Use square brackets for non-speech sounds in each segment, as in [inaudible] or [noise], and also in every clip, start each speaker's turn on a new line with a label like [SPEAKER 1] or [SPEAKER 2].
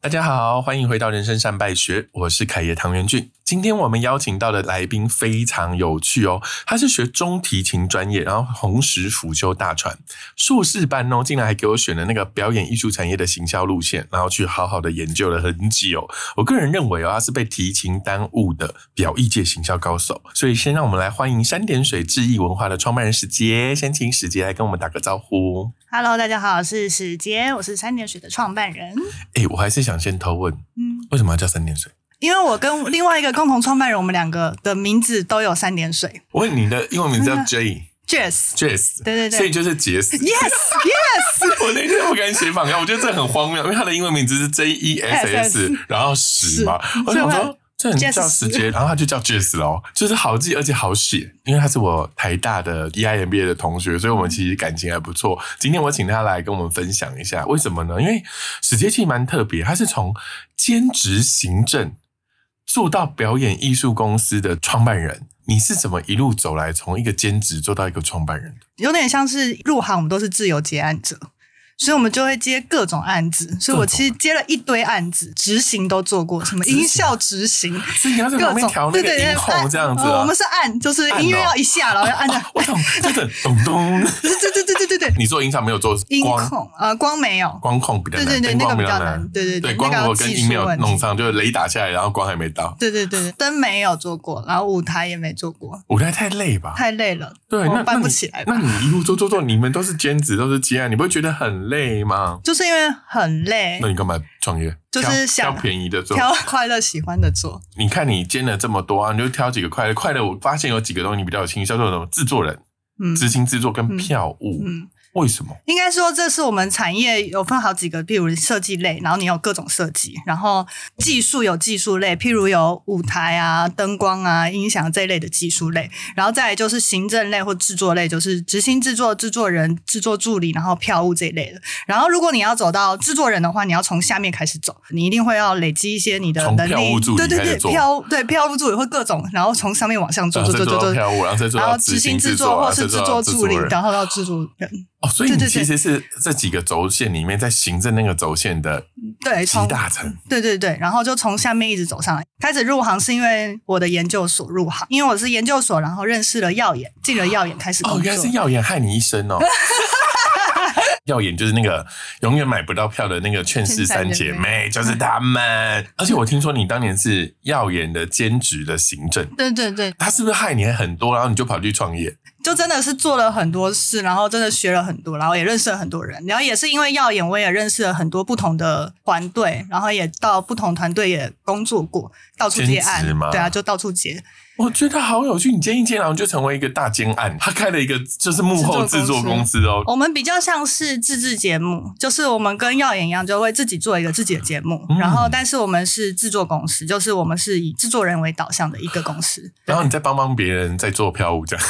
[SPEAKER 1] 大家好，欢迎回到人生善败学，我是凯爷唐元俊。今天我们邀请到的来宾非常有趣哦，他是学中提琴专业，然后同时辅修大传硕士班哦，竟然还给我选了那个表演艺术产业的行销路线，然后去好好的研究了很久。我个人认为哦，他是被提琴耽误的表艺界行销高手。所以先让我们来欢迎山点水智艺文化的创办人史杰，先请史杰来跟我们打个招呼。
[SPEAKER 2] Hello，大家好，我是史杰，我是三点水的创办人。
[SPEAKER 1] 哎，我还是想先偷问，
[SPEAKER 2] 嗯，
[SPEAKER 1] 为什么要叫三点水？
[SPEAKER 2] 因为我跟另外一个共同创办人，我们两个的名字都有三点水
[SPEAKER 1] 我问你的英文名字叫 J
[SPEAKER 2] ，Jess。
[SPEAKER 1] Jess，
[SPEAKER 2] 嗯对对对
[SPEAKER 1] 所以就是杰斯。
[SPEAKER 2] Yes,
[SPEAKER 1] [laughs]
[SPEAKER 2] yes，
[SPEAKER 1] 我那天不敢写榜样，我觉得这很荒谬，因为他的英文名字是 J E S S，然后史嘛，我想
[SPEAKER 2] 所以
[SPEAKER 1] 说
[SPEAKER 2] 我
[SPEAKER 1] 这人
[SPEAKER 2] Jess
[SPEAKER 1] 叫史杰，然后他就叫 Jess 咯，就是好记而且好写，因为他是我台大的 E EIMBA 的同学，所以我们其实感情还不错。今天我请他来跟我们分享一下，为什么呢？因为史杰其实蛮特别，他是从兼职行政做到表演艺术公司的创办人。你是怎么一路走来，从一个兼职做到一个创办人的？
[SPEAKER 2] 有点像是入行，我们都是自由接案者，所以我们就会接各种案子。所以我其实接了一堆案子，执行都做过，什么音效执行，
[SPEAKER 1] 所以你要在
[SPEAKER 2] 各
[SPEAKER 1] 旁边
[SPEAKER 2] 种
[SPEAKER 1] 调那
[SPEAKER 2] 对
[SPEAKER 1] 个
[SPEAKER 2] 对对
[SPEAKER 1] 音控这样子、啊
[SPEAKER 2] 呃我们是按，就是音乐要一下，然后要按
[SPEAKER 1] 哦
[SPEAKER 2] 的，
[SPEAKER 1] 我懂，就等咚咚。
[SPEAKER 2] 对对对对对对对，
[SPEAKER 1] 你做音场没有做
[SPEAKER 2] 音
[SPEAKER 1] 光
[SPEAKER 2] 控呃光没有，
[SPEAKER 1] 光控比较
[SPEAKER 2] 对
[SPEAKER 1] 难，
[SPEAKER 2] 对
[SPEAKER 1] 灯
[SPEAKER 2] 对，那个
[SPEAKER 1] 光
[SPEAKER 2] 比
[SPEAKER 1] 较
[SPEAKER 2] 较难，。对对
[SPEAKER 1] 对，
[SPEAKER 2] 那
[SPEAKER 1] 光
[SPEAKER 2] 个
[SPEAKER 1] 如
[SPEAKER 2] 要
[SPEAKER 1] 果跟
[SPEAKER 2] 技
[SPEAKER 1] 音没
[SPEAKER 2] 术
[SPEAKER 1] 有
[SPEAKER 2] 问题。
[SPEAKER 1] 弄上，就是雷打下来，然后光还没到。
[SPEAKER 2] 对对对，对灯没有做过，然后舞台也没做过，
[SPEAKER 1] 舞台太累吧？
[SPEAKER 2] 太累了，
[SPEAKER 1] 对，那
[SPEAKER 2] 我
[SPEAKER 1] 那
[SPEAKER 2] 搬
[SPEAKER 1] 你
[SPEAKER 2] 不起来吧
[SPEAKER 1] 那你一路做做做，你们都是兼职，都是接案，你不会觉得很累吗？
[SPEAKER 2] 就是因为很累
[SPEAKER 1] 那，你干嘛创业？
[SPEAKER 2] 就是
[SPEAKER 1] 挑
[SPEAKER 2] 想
[SPEAKER 1] 挑便宜的做。
[SPEAKER 2] 挑快乐喜欢的做。
[SPEAKER 1] 你看你兼了这么多啊，你就挑几个快乐。快乐，我发现有几个东西你比较有兴趣，叫做什么？制作人、
[SPEAKER 2] 嗯
[SPEAKER 1] 执行制作跟
[SPEAKER 2] 嗯
[SPEAKER 1] 票务。
[SPEAKER 2] 嗯，
[SPEAKER 1] 为什么？
[SPEAKER 2] 应该说这是我们产业有分好几个，譬如设计类，然后你有各种设计，然后技术有技术类，譬如有舞台啊、灯光啊、音响这一类的技术类，然后再来就是行政类或制作类，就是执行制作、制作人、制作助理，然后票务这一类的。然后，如果你要走到制作人的话，你要从下面开始走，你一定会要累积一些你的
[SPEAKER 1] 从
[SPEAKER 2] 能力，
[SPEAKER 1] 票务助理
[SPEAKER 2] 对对
[SPEAKER 1] 开始
[SPEAKER 2] 对，
[SPEAKER 1] 做
[SPEAKER 2] 票务对票务助理会各种，然后从上面往上做，
[SPEAKER 1] 然后
[SPEAKER 2] 做
[SPEAKER 1] 再
[SPEAKER 2] 做
[SPEAKER 1] 做到
[SPEAKER 2] 做做，
[SPEAKER 1] 票务，然后再做
[SPEAKER 2] 然
[SPEAKER 1] 到
[SPEAKER 2] 后
[SPEAKER 1] 执
[SPEAKER 2] 执
[SPEAKER 1] 行
[SPEAKER 2] 行
[SPEAKER 1] 制
[SPEAKER 2] 制
[SPEAKER 1] 作
[SPEAKER 2] 作
[SPEAKER 1] 啊，
[SPEAKER 2] 或是
[SPEAKER 1] 再
[SPEAKER 2] 制
[SPEAKER 1] 做到
[SPEAKER 2] 作
[SPEAKER 1] 制
[SPEAKER 2] 助理
[SPEAKER 1] 作，人
[SPEAKER 2] 然后到制作人，
[SPEAKER 1] 哦，所以
[SPEAKER 2] 对
[SPEAKER 1] 你
[SPEAKER 2] 对
[SPEAKER 1] 其
[SPEAKER 2] 对
[SPEAKER 1] 实是这几个轴线里面在行政那个轴线的
[SPEAKER 2] 对，
[SPEAKER 1] 集
[SPEAKER 2] 从
[SPEAKER 1] 大成。
[SPEAKER 2] 对对对，然后就从下面一直走上来。开始入行是因为我的研究所入行，因为我是研究所，然后认识了耀眼，进了耀眼开始
[SPEAKER 1] 哦
[SPEAKER 2] 工，作。
[SPEAKER 1] 原来是耀眼害你一生哦。耀眼就是那个永远买不到票的那个劝世三姐妹，就是他们。而且我听说你当年是耀眼的兼职的行政，
[SPEAKER 2] 对对对，
[SPEAKER 1] 他是不是害你很多，然后你就跑去创业？
[SPEAKER 2] 就真的是做了很多事，然后真的学了很多，然后也认识了很多人，然后也是因为耀眼，我也认识了很多不同的团队，然后也到不同团队也工作过，到处接案
[SPEAKER 1] 兼职吗，
[SPEAKER 2] 对啊，就到处接。
[SPEAKER 1] 我觉得好有趣，你兼一兼，然后就成为一个大奸案。他开了一个就是幕后制
[SPEAKER 2] 制
[SPEAKER 1] 作
[SPEAKER 2] 作
[SPEAKER 1] 公
[SPEAKER 2] 公
[SPEAKER 1] 司哦，
[SPEAKER 2] 我们比较像是自制节目，就是我们跟耀眼一样，就会自己做一个自己的节目，
[SPEAKER 1] 嗯
[SPEAKER 2] 然后但是我们是制作公司，就是我们是以制作人为导向的一个公司。
[SPEAKER 1] 然后你再帮帮别人在做票务这样。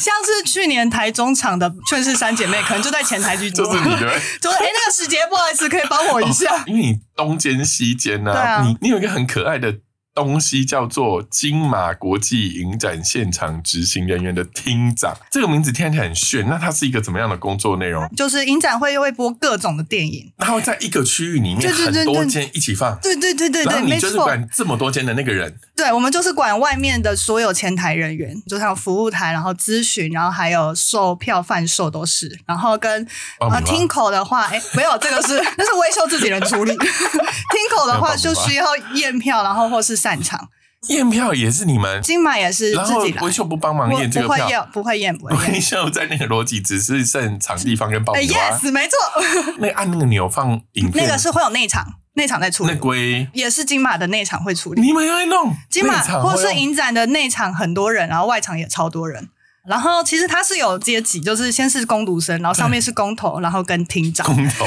[SPEAKER 2] 像是去年台中场的劝世三姐妹，可能就在前台去
[SPEAKER 1] 就
[SPEAKER 2] 做，
[SPEAKER 1] 是你哦对不对，
[SPEAKER 2] 就是哎、那个时节，不好意思，可以帮我一下。
[SPEAKER 1] 因为你东间西间呐、
[SPEAKER 2] 对啊
[SPEAKER 1] 你你有一个很可爱的东西叫做金马国际影展现场执行人员的厅长，这个名字听起来很炫。那它是一个怎么样的工作内容？
[SPEAKER 2] 就是影展会会播各种的电影，
[SPEAKER 1] 它会在一个区域里面
[SPEAKER 2] 对对对
[SPEAKER 1] 很
[SPEAKER 2] 对
[SPEAKER 1] 多间一起放。
[SPEAKER 2] 对对对对
[SPEAKER 1] 然
[SPEAKER 2] 对，
[SPEAKER 1] 后你
[SPEAKER 2] 没
[SPEAKER 1] 就是
[SPEAKER 2] 错，
[SPEAKER 1] 管这么多间的那个人，
[SPEAKER 2] 对我们就是管外面的所有前台人员，就像服务台，然后咨询，然后还有售票贩售都是，然后跟
[SPEAKER 1] 爆米
[SPEAKER 2] 啊
[SPEAKER 1] 花
[SPEAKER 2] 听口的话，哎，没有这个是那是维修自己人处理， [laughs] 听口的话就需要验票，然后或是散场，
[SPEAKER 1] 验票也是你们，
[SPEAKER 2] 金马也是
[SPEAKER 1] 然
[SPEAKER 2] 自
[SPEAKER 1] 后
[SPEAKER 2] 己来，
[SPEAKER 1] 维秀不帮忙
[SPEAKER 2] 我
[SPEAKER 1] 验这
[SPEAKER 2] 不
[SPEAKER 1] 个
[SPEAKER 2] 会
[SPEAKER 1] 票，
[SPEAKER 2] 验，不会验，不会
[SPEAKER 1] 维
[SPEAKER 2] 验。
[SPEAKER 1] 秀在那个逻辑只是剩场地方跟爆
[SPEAKER 2] 哎
[SPEAKER 1] 米花，
[SPEAKER 2] ，yes，没错， [laughs]
[SPEAKER 1] 那按那个钮放影片，
[SPEAKER 2] 那个是会有内场，内场在处
[SPEAKER 1] 那
[SPEAKER 2] 理，
[SPEAKER 1] 归
[SPEAKER 2] 也是金马的内场会处理。
[SPEAKER 1] 你们会弄，
[SPEAKER 2] 金马
[SPEAKER 1] 那场
[SPEAKER 2] 或
[SPEAKER 1] 会
[SPEAKER 2] 是
[SPEAKER 1] 弄
[SPEAKER 2] 影展的内场很多人，然后外场也超多人。然后其实它是有阶级，就是先是工读生，然后上面是工
[SPEAKER 1] 嗯
[SPEAKER 2] 头，然后跟厅长。
[SPEAKER 1] 公投。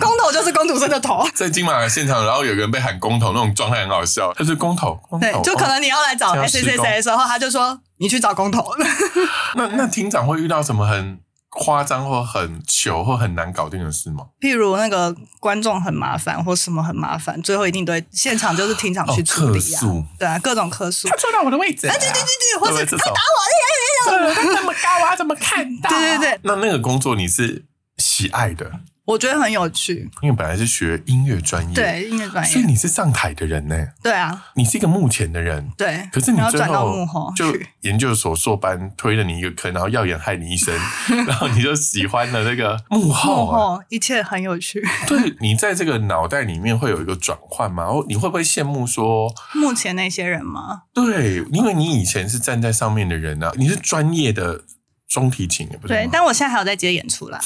[SPEAKER 2] 工头就是工读生的头，
[SPEAKER 1] 在金马现场，然后有个人被喊公投，那种状态很好笑。他是公投，哦公
[SPEAKER 2] 对
[SPEAKER 1] 投，，
[SPEAKER 2] 就可能你要来找
[SPEAKER 1] 这样
[SPEAKER 2] 谁
[SPEAKER 1] 施
[SPEAKER 2] 谁
[SPEAKER 1] 工
[SPEAKER 2] 谁谁的时候，他就说你去找工头。 [laughs]
[SPEAKER 1] 哦那那厅长会遇到什么很夸张或很糗或很难搞定的事吗？
[SPEAKER 2] 譬如那个观众很麻烦或什么很麻烦，最后一定都会现场就是厅长
[SPEAKER 1] 哦
[SPEAKER 2] 去，处
[SPEAKER 1] 客
[SPEAKER 2] 理啊，
[SPEAKER 1] 诉，
[SPEAKER 2] 对啊，各种客诉。
[SPEAKER 1] 坐到我的位置，
[SPEAKER 2] 啊，对对对对，
[SPEAKER 1] 对，
[SPEAKER 2] 或是
[SPEAKER 1] 他打
[SPEAKER 2] 哎
[SPEAKER 1] 啊我，哎呀哎呀，他这么高，我要怎么看到
[SPEAKER 2] 对对对，
[SPEAKER 1] 那那个工作你是喜爱的，
[SPEAKER 2] 我觉得很有趣。
[SPEAKER 1] 因为本来是学音乐专业，，
[SPEAKER 2] 对音乐专
[SPEAKER 1] 所以
[SPEAKER 2] 业，
[SPEAKER 1] 你是上台的人呢、
[SPEAKER 2] 对啊，
[SPEAKER 1] 你是一个幕前的人，
[SPEAKER 2] 对。
[SPEAKER 1] 可是你
[SPEAKER 2] 然后
[SPEAKER 1] 最
[SPEAKER 2] 转到
[SPEAKER 1] 后
[SPEAKER 2] 幕后
[SPEAKER 1] 就
[SPEAKER 2] 去，
[SPEAKER 1] 研究所硕班推了你一个坑，然后耀眼害你
[SPEAKER 2] [laughs]
[SPEAKER 1] 一生，然后你就喜欢了那个幕
[SPEAKER 2] 幕
[SPEAKER 1] 后、啊。
[SPEAKER 2] 后一切很有趣。
[SPEAKER 1] 对你在这个脑袋里面会有一个转换吗？哦，你会不会羡慕说，
[SPEAKER 2] 目前那些人吗？
[SPEAKER 1] 对，因为你以前是站在上面的人啊，你是专业的中提琴，不是
[SPEAKER 2] 对
[SPEAKER 1] 吗，
[SPEAKER 2] 但我现在还有在接演出 [laughs] 啦。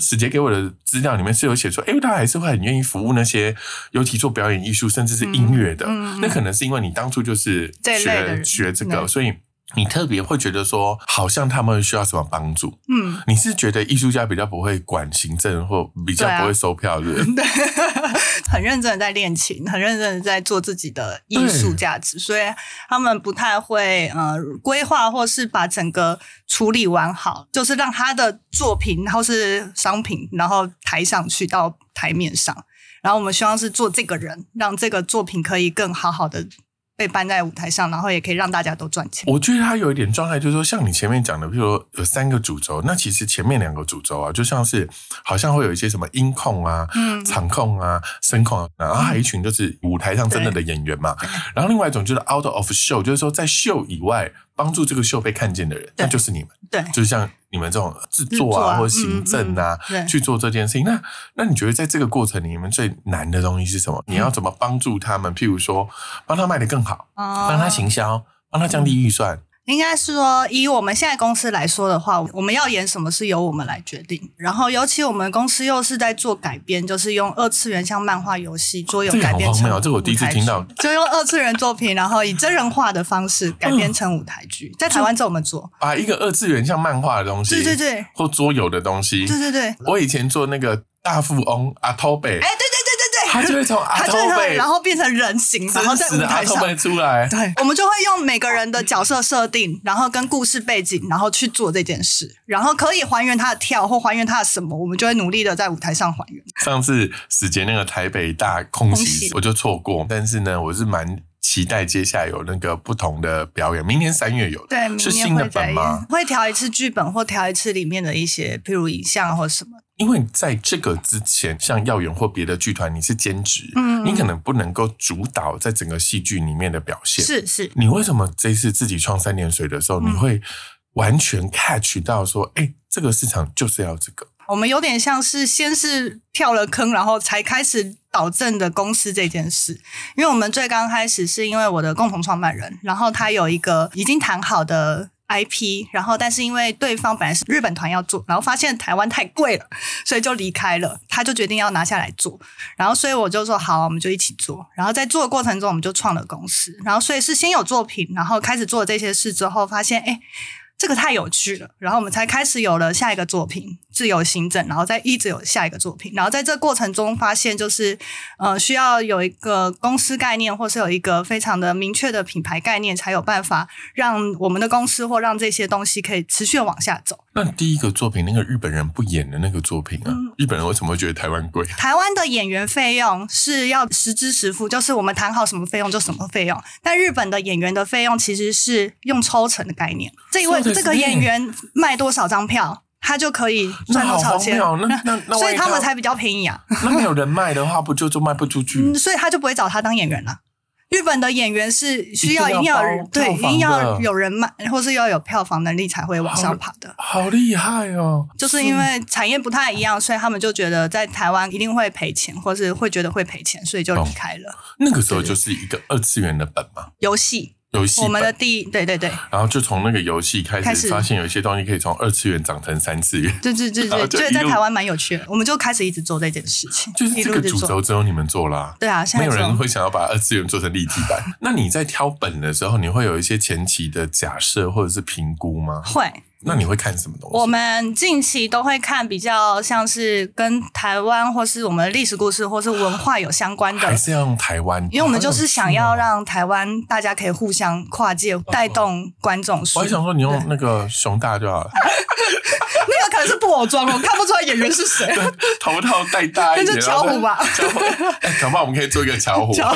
[SPEAKER 1] 史杰给我的资料里面是有写说，哎、他还是会很愿意服务那些，尤其做表演艺术甚至是音乐的。
[SPEAKER 2] 嗯嗯嗯
[SPEAKER 1] 那可能是因为你当初就是
[SPEAKER 2] 这一类
[SPEAKER 1] 学
[SPEAKER 2] 的人
[SPEAKER 1] 学这个，
[SPEAKER 2] 对
[SPEAKER 1] 所以你特别会觉得说，好像他们需要什么帮助。
[SPEAKER 2] 嗯， [laughs]
[SPEAKER 1] 你是觉得艺术家比较不会管行政，或比较
[SPEAKER 2] 对啊
[SPEAKER 1] 不会收票，对不对？
[SPEAKER 2] 对，很认真的在练琴，很认真的在做自己的艺术价值，所以他们不太会呃规划或是把整个处理完好，就是让他的作品或是商品，然后抬上去到台面上。然后我们希望是做这个人，让这个作品可以更好好的被搬在舞台上，然后也可以让大家都赚钱。
[SPEAKER 1] 我觉得他有一点状态，就是说，像你前面讲的，比如说有三个主轴，那其实前面两个主轴啊，就像是好像会有一些什么音控啊、
[SPEAKER 2] 嗯，
[SPEAKER 1] 场控啊、声控啊，然后还有一群就是舞台上真的的演员嘛，然后另外一种就是 out of show，就是说在秀以外帮助这个秀被看见的人，那就是你们，
[SPEAKER 2] 对，
[SPEAKER 1] 就是像你们这种制作
[SPEAKER 2] 制作
[SPEAKER 1] 啊
[SPEAKER 2] 啊
[SPEAKER 1] 或者行政啊
[SPEAKER 2] 嗯嗯对
[SPEAKER 1] 去做这件事情。那那你觉得在这个过程里，你们最难的东西是什么？你
[SPEAKER 2] 嗯
[SPEAKER 1] 要怎么帮助他们？譬如说，帮他卖得更好，帮
[SPEAKER 2] 帮
[SPEAKER 1] 他行销，帮他降低预算。
[SPEAKER 2] 应该是说，以我们现在公司来说的话，我们要演什么是由我们来决定。然后，尤其我们公司又是在做改编，就是用二次元像漫画、游戏、桌游
[SPEAKER 1] 这个
[SPEAKER 2] 改
[SPEAKER 1] 很
[SPEAKER 2] 编
[SPEAKER 1] 荒
[SPEAKER 2] 成舞台
[SPEAKER 1] 谬，这个我第一次听到
[SPEAKER 2] 剧，。就用二次元作品，然后以真人化的方式改编成舞台剧，在台湾这我们做。
[SPEAKER 1] 把一个二次元像漫画的东西，
[SPEAKER 2] 对对对，
[SPEAKER 1] 或桌游的东西，
[SPEAKER 2] 对对对，哎，
[SPEAKER 1] 我以前做那个大富翁阿托贝，
[SPEAKER 2] 对对对对对，
[SPEAKER 1] 他就会从阿
[SPEAKER 2] 哎他
[SPEAKER 1] 托
[SPEAKER 2] 就会
[SPEAKER 1] 贝
[SPEAKER 2] 然后变成人形，然后
[SPEAKER 1] 真
[SPEAKER 2] 在
[SPEAKER 1] 实
[SPEAKER 2] 舞
[SPEAKER 1] 的阿
[SPEAKER 2] 台
[SPEAKER 1] 托
[SPEAKER 2] 上。
[SPEAKER 1] 贝出来。
[SPEAKER 2] [laughs] 对，我们就会用每个人的角色设定，然后跟故事背景，然后去做这件事，然后可以还原他的跳或还原他的什么，我们就会努力的在舞台上还原。
[SPEAKER 1] 上次史杰那个台北大空
[SPEAKER 2] 空
[SPEAKER 1] 袭
[SPEAKER 2] 袭，
[SPEAKER 1] 我就错过，但是呢，我是蛮期待接下来有那个不同的表演，明年三月有的。
[SPEAKER 2] 对，
[SPEAKER 1] 是新
[SPEAKER 2] 明年
[SPEAKER 1] 的
[SPEAKER 2] 会
[SPEAKER 1] 本
[SPEAKER 2] 再
[SPEAKER 1] 吗？
[SPEAKER 2] 会调一次剧本，或调一次里面的一些，譬如影像或什么。
[SPEAKER 1] 因为在这个之前，像耀眼或别的剧团，你是兼职，
[SPEAKER 2] 嗯
[SPEAKER 1] 你可能不能够主导在整个戏剧里面的表现。
[SPEAKER 2] 是是，
[SPEAKER 1] 你为什么这一次自己创三点水的时候，
[SPEAKER 2] 嗯
[SPEAKER 1] 你会完全 catch 到说，哎、这个市场就是要这个？
[SPEAKER 2] 我们有点像是先是跳了坑，然后才开始导正的公司这件事。因为我们最刚开始是因为我的共同创办人，然后他有一个已经谈好的 IP，然后但是因为对方本来是日本团要做，然后发现台湾太贵了，所以就离开了。他就决定要拿下来做，然后所以我就说好，我们就一起做。然后在做的过程中，我们就创了公司。然后所以是先有作品，然后开始做这些事之后，发现哎。诶这个太有趣了，然后我们才开始有了下一个作品《自由行政》，然后再一直有下一个作品，然后在这过程中发现，就是呃，需要有一个公司概念，或是有一个非常的明确的品牌概念，才有办法让我们的公司或让这些东西可以持续地往下走。
[SPEAKER 1] 那第一个作品，那个日本人不演的那个作品啊，
[SPEAKER 2] 嗯
[SPEAKER 1] 日本人为什么会觉得台湾贵？啊
[SPEAKER 2] 台湾的演员费用是要实支实付，就是我们谈好什么费用就什么费用。但日本的演员的费用其实是用抽成的概念，这一位
[SPEAKER 1] そうですね
[SPEAKER 2] 这个演员卖多少张票，他就可以
[SPEAKER 1] 那
[SPEAKER 2] [laughs] 赚
[SPEAKER 1] 好
[SPEAKER 2] 多少
[SPEAKER 1] 荒
[SPEAKER 2] 钱
[SPEAKER 1] 谬。哦！那
[SPEAKER 2] [laughs]
[SPEAKER 1] 那那
[SPEAKER 2] 所
[SPEAKER 1] 万
[SPEAKER 2] 以
[SPEAKER 1] 一
[SPEAKER 2] 他们才比较便宜啊，
[SPEAKER 1] 那没有人卖的话，不就就卖不出去？
[SPEAKER 2] 嗯，所以他就不会找他当演员了。日本的演员是需要
[SPEAKER 1] 一
[SPEAKER 2] 一
[SPEAKER 1] 定要
[SPEAKER 2] 定要
[SPEAKER 1] 包
[SPEAKER 2] 有对，
[SPEAKER 1] 票
[SPEAKER 2] 一
[SPEAKER 1] 房
[SPEAKER 2] 定
[SPEAKER 1] 的
[SPEAKER 2] 要有人脉，或是要有票房能力才会往上爬的。
[SPEAKER 1] 好厉害哦！
[SPEAKER 2] 就是因为产业不太一样，所以他们就觉得在台湾一定会赔钱，或是会觉得会赔钱，所以就离开了
[SPEAKER 1] 那个时候就是一个二次元的本嘛，
[SPEAKER 2] 游戏。
[SPEAKER 1] 游戏
[SPEAKER 2] 我们的
[SPEAKER 1] 本，啊
[SPEAKER 2] 第一，对对对
[SPEAKER 1] 然后就从那个游戏开
[SPEAKER 2] 开
[SPEAKER 1] 始
[SPEAKER 2] 始
[SPEAKER 1] 发现有一些东西可以从二次元长成三次元，
[SPEAKER 2] 对对对
[SPEAKER 1] 然后
[SPEAKER 2] 对，
[SPEAKER 1] 就
[SPEAKER 2] 所以
[SPEAKER 1] 啊一
[SPEAKER 2] 在
[SPEAKER 1] 路
[SPEAKER 2] 台湾蛮有趣的，我们就开始一直做这件事情，
[SPEAKER 1] 就是
[SPEAKER 2] 一
[SPEAKER 1] 这
[SPEAKER 2] 路
[SPEAKER 1] 个
[SPEAKER 2] 就
[SPEAKER 1] 主
[SPEAKER 2] 做。
[SPEAKER 1] 轴只有你们做啦。
[SPEAKER 2] 对啊，现
[SPEAKER 1] 没
[SPEAKER 2] 在
[SPEAKER 1] 有
[SPEAKER 2] 这
[SPEAKER 1] 人
[SPEAKER 2] 种
[SPEAKER 1] 会想要把二次元做成立体版。 [laughs] 那你在挑本的时候，你会有一些前期的假设或者是评估吗？
[SPEAKER 2] 会，
[SPEAKER 1] 那你会看什么东西？
[SPEAKER 2] 我们近期都会看比较像是跟台湾或是我们的历史故事或是文化有相关的
[SPEAKER 1] 还，是要用台湾，
[SPEAKER 2] 因为我们就是想要
[SPEAKER 1] 好有趣哦。哦
[SPEAKER 2] 让台湾大家可以互相跨界，带动观众数。
[SPEAKER 1] 我还想说，你用
[SPEAKER 2] 对
[SPEAKER 1] 那个熊大就好
[SPEAKER 2] [laughs]
[SPEAKER 1] 了，
[SPEAKER 2] 那个可能是布偶装哦，我看不出来演员是谁。 [laughs]
[SPEAKER 1] 头套戴大一
[SPEAKER 2] 那
[SPEAKER 1] 点，
[SPEAKER 2] 就巧虎吧
[SPEAKER 1] 然后巧虎，哎搞不好我们可以做一个
[SPEAKER 2] [laughs]
[SPEAKER 1] 巧虎。
[SPEAKER 2] 巧